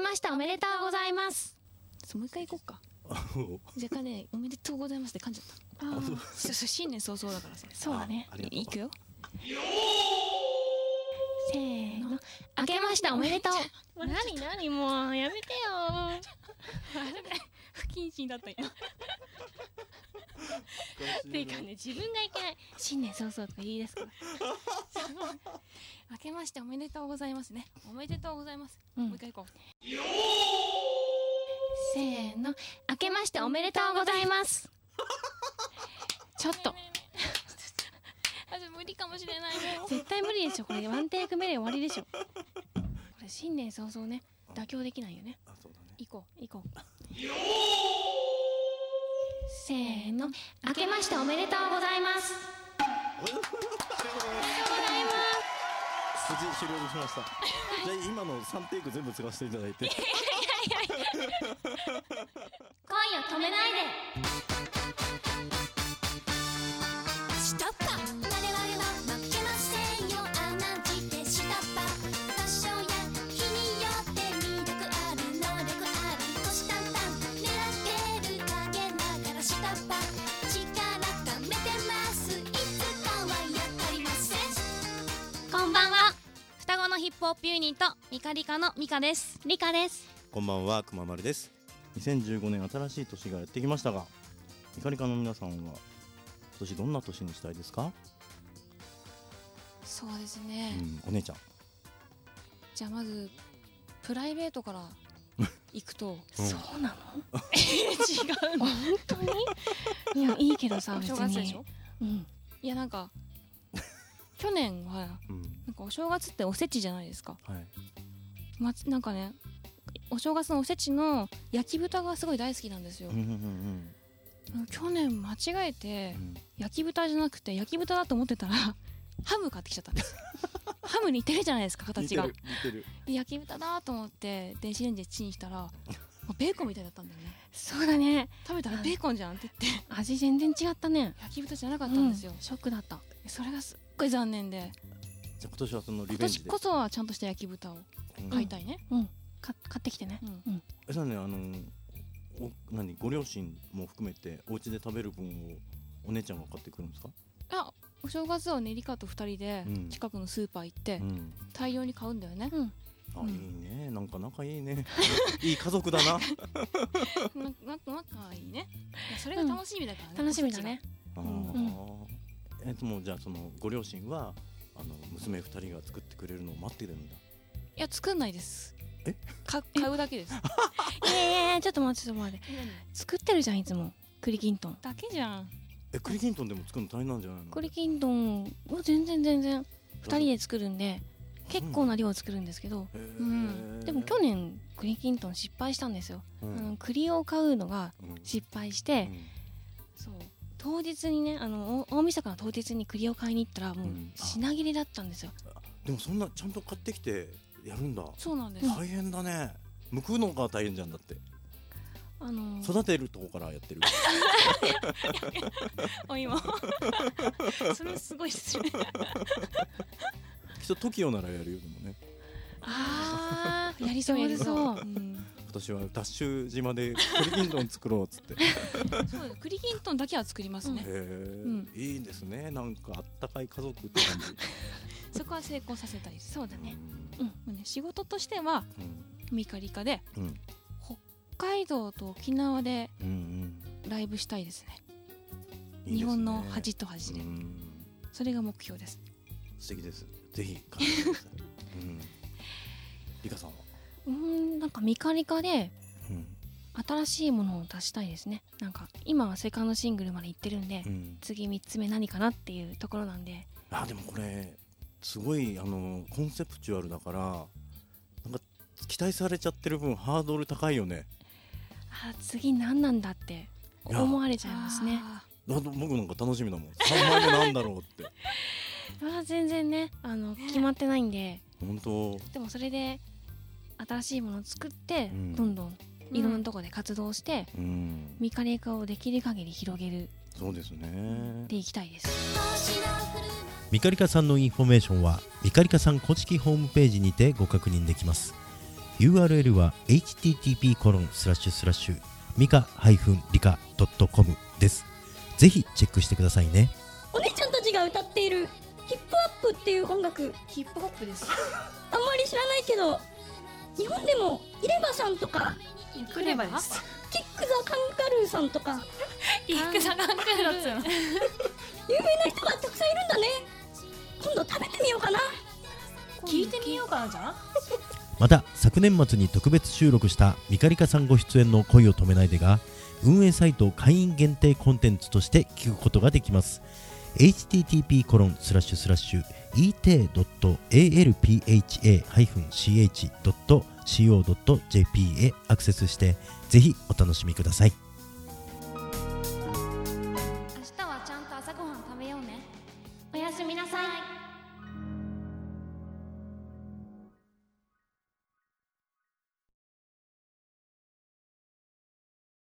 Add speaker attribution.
Speaker 1: ましたおめでとうございます
Speaker 2: そうもう一回行こうか
Speaker 3: あの
Speaker 2: 若干ね「おめでとうございます」って噛んじゃった
Speaker 1: あー
Speaker 2: そうそう新年早々だからさ
Speaker 1: そうだね
Speaker 3: ありがとう
Speaker 2: いくよ
Speaker 1: せーの明けましたおめでとう
Speaker 2: 何
Speaker 1: 何もう やめてよ
Speaker 2: 不謹慎だったよっていうかね自分がいけない新年早々とか言いですから明けましておめでとうございますねおめでとうございます、
Speaker 1: うん
Speaker 2: もう一回行こう
Speaker 1: せーの明けましておめでとうございますちょっと
Speaker 2: あじゃあ無理かもしれないもう
Speaker 1: 絶対無理でしょこれワンテイク目で終わりでしょこれ新年早々ね妥協できないよね
Speaker 3: あそうだね
Speaker 2: 行こう
Speaker 1: 行こうせーの明けましておめでとうございます
Speaker 3: 無事終了しましたじゃあ今の3テイク全部使わせていただいて
Speaker 1: 今夜止めないで
Speaker 4: 下っ端我々は負けませんよ甘んじて下っ端場所や日によって魅力ある能力ある腰たんたん狙ってるだけだから下っ端力溜めてますいつかはやっかりません
Speaker 1: こんばんは
Speaker 2: 双子のヒップホップユニットミカリカのミカです
Speaker 1: リカです
Speaker 3: こんばんは、くままるです。2015年新しい年がやってきましたが、ミカリカの皆さんは今年どんな年にしたいですか？
Speaker 2: そうです
Speaker 3: う
Speaker 2: ね、
Speaker 3: ん、お姉ちゃん。
Speaker 2: じゃあまずプライベートから行くと
Speaker 1: そうな
Speaker 2: 違う
Speaker 1: の本当にいやいいけどさ
Speaker 2: お
Speaker 1: 別
Speaker 2: 正
Speaker 1: に
Speaker 2: 月でしょ
Speaker 1: うん
Speaker 2: いやなんか去年は
Speaker 3: うん、
Speaker 2: なんかお正月っておせちじゃないですか、
Speaker 3: はい。
Speaker 2: ま、なんかねお正月のおせちの焼き豚がすごい大好きなんですよ
Speaker 3: うんうんうん
Speaker 2: 去年間違えて
Speaker 3: うん。
Speaker 2: 焼き豚じゃなくて焼き豚だと思ってたらハム買ってきちゃったんですハムに似てるじゃないですか
Speaker 3: 似
Speaker 2: 形
Speaker 3: て
Speaker 2: が
Speaker 3: る似てる。
Speaker 2: で焼き豚だと思って電子レンジでチン したらもうベーコンみたいだったんだよね
Speaker 1: そうだね
Speaker 2: 食べたらベーコンじゃんって言って
Speaker 1: 味全然違ったね
Speaker 2: 焼き豚じゃなかったんですよ
Speaker 1: う、ショックだった
Speaker 2: それがすっごい残念で
Speaker 3: じゃあ今年はそのリ
Speaker 2: 今
Speaker 3: ベンジ
Speaker 2: 年
Speaker 3: で。
Speaker 2: こそはちゃんとした焼き豚を
Speaker 3: うん
Speaker 2: 買いたいね、
Speaker 1: うんか買ってきてね
Speaker 2: うん
Speaker 3: えそうねあのお何ご両親も含めてお家で食べる分をお姉ちゃんが買ってくるんですか？
Speaker 2: あお正月はねリカと二人で
Speaker 3: うん
Speaker 2: 近くのスーパー行って
Speaker 3: うん。
Speaker 2: 大量に買うんだ よね、
Speaker 3: あ、
Speaker 2: うん
Speaker 3: いいね。なんか仲いいね。 いい家族だ な。
Speaker 2: なな仲いいねいやそれが楽しみだからね、
Speaker 1: 楽しみだね
Speaker 3: あーえっともうじゃあそのご両親はあの娘二人が作ってくれるのを待ってるんだ。
Speaker 2: いや作んないです
Speaker 3: え
Speaker 2: か買うだけです
Speaker 1: いやいやいやちょっと待ってちょっと待って作ってるじゃんいつも栗きんとん
Speaker 2: だけじゃん
Speaker 3: え栗きんとんでも作るの大変なんじゃないの
Speaker 1: 栗きんとんは全然全然2人で作るんで結構な量作るんですけど、
Speaker 3: へー
Speaker 1: うん、でも去年栗きんとん失敗したんですよ、
Speaker 3: う
Speaker 1: あの
Speaker 3: ん
Speaker 1: 栗を買うのが
Speaker 3: うん
Speaker 1: 失敗して、そう当日にねあのお大晦日の当日に栗を買いに行ったらもう
Speaker 3: うん
Speaker 1: 品切れだったんですよ、
Speaker 3: でもそんなちゃんと買ってきてやるんだ
Speaker 2: そうなんです、
Speaker 3: 大変だね剥くのが大変じゃんだって
Speaker 1: あの
Speaker 3: 育てるとこからやってる
Speaker 2: お芋 それすごい失礼
Speaker 3: きっと TOKIO ならやるよでもね
Speaker 1: あ ーやりそうやりそう
Speaker 2: うん
Speaker 3: 私はダッシュ島で栗きんとん作ろうっつって へ
Speaker 2: そうです栗きんとんだけは作りますね、
Speaker 3: えいいですねなんかあったかい家族って感じ
Speaker 2: そこは成功させたいです
Speaker 1: そうだね
Speaker 2: もうね仕事としては
Speaker 3: うん
Speaker 2: ミカリカで
Speaker 3: うんうん
Speaker 2: 北海道と沖縄で
Speaker 3: うんうん
Speaker 2: ライブしたいですね
Speaker 3: いいですね
Speaker 2: 日本の端と端
Speaker 3: う
Speaker 2: で、
Speaker 3: ん
Speaker 2: それが目標です
Speaker 3: 素敵ですぜひ買ってくださいうんリカさんは
Speaker 1: うーんなんかミカリカで
Speaker 3: うん
Speaker 1: 新しいものを出したいですねなんか今はセカンドシングルまで行ってるんで、
Speaker 3: うん
Speaker 1: 次3つ目何かなっていうところなんで
Speaker 3: あでもこれすごいあのコンセプチュアルだからなんか期待されちゃってる分ハードル高いよね
Speaker 1: あー次何なんだって
Speaker 3: いや
Speaker 1: 思われちゃいますね
Speaker 2: あ
Speaker 3: だ僕なんか楽しみだもん3枚目なんだろうって
Speaker 1: あー全然ねあの決まってないんで
Speaker 3: 本当
Speaker 1: でもそれで新しいものを作って、
Speaker 3: うん
Speaker 1: どんどん
Speaker 2: ー
Speaker 1: いろんなとこで活動して、
Speaker 3: うん
Speaker 1: ミカレカをできる限り広げる
Speaker 3: そうですね
Speaker 1: でいきたいです
Speaker 4: 星の降る
Speaker 5: ミカリカさんのインフォメーションはミカリカさん公式ホームページにてご確認できます URL は http コロンスラッシュスラッシュミカハイフンリカドットコムです。ぜひチェックしてくださいね。
Speaker 6: お姉ちゃんたちが歌っているヒップアップっていう音楽
Speaker 2: ヒップホップです
Speaker 6: あんまり知らないけど日本でもイレバさんとか
Speaker 2: クレバです
Speaker 6: キック・ザ・カンガルーさんとか
Speaker 2: ピンクさんがクロツの
Speaker 6: 有名な人がたくさんいるんだね今度食べてみようかな
Speaker 2: 聞いてみようかなじゃん
Speaker 5: また昨年末に特別収録したミカリカさんご出演の「恋を止めないで」が運営サイト会員限定コンテンツとして聞くことができます http コロンスラッシュスラッシュ et.alpha-ch.co.jp へアクセスしてぜひお楽しみください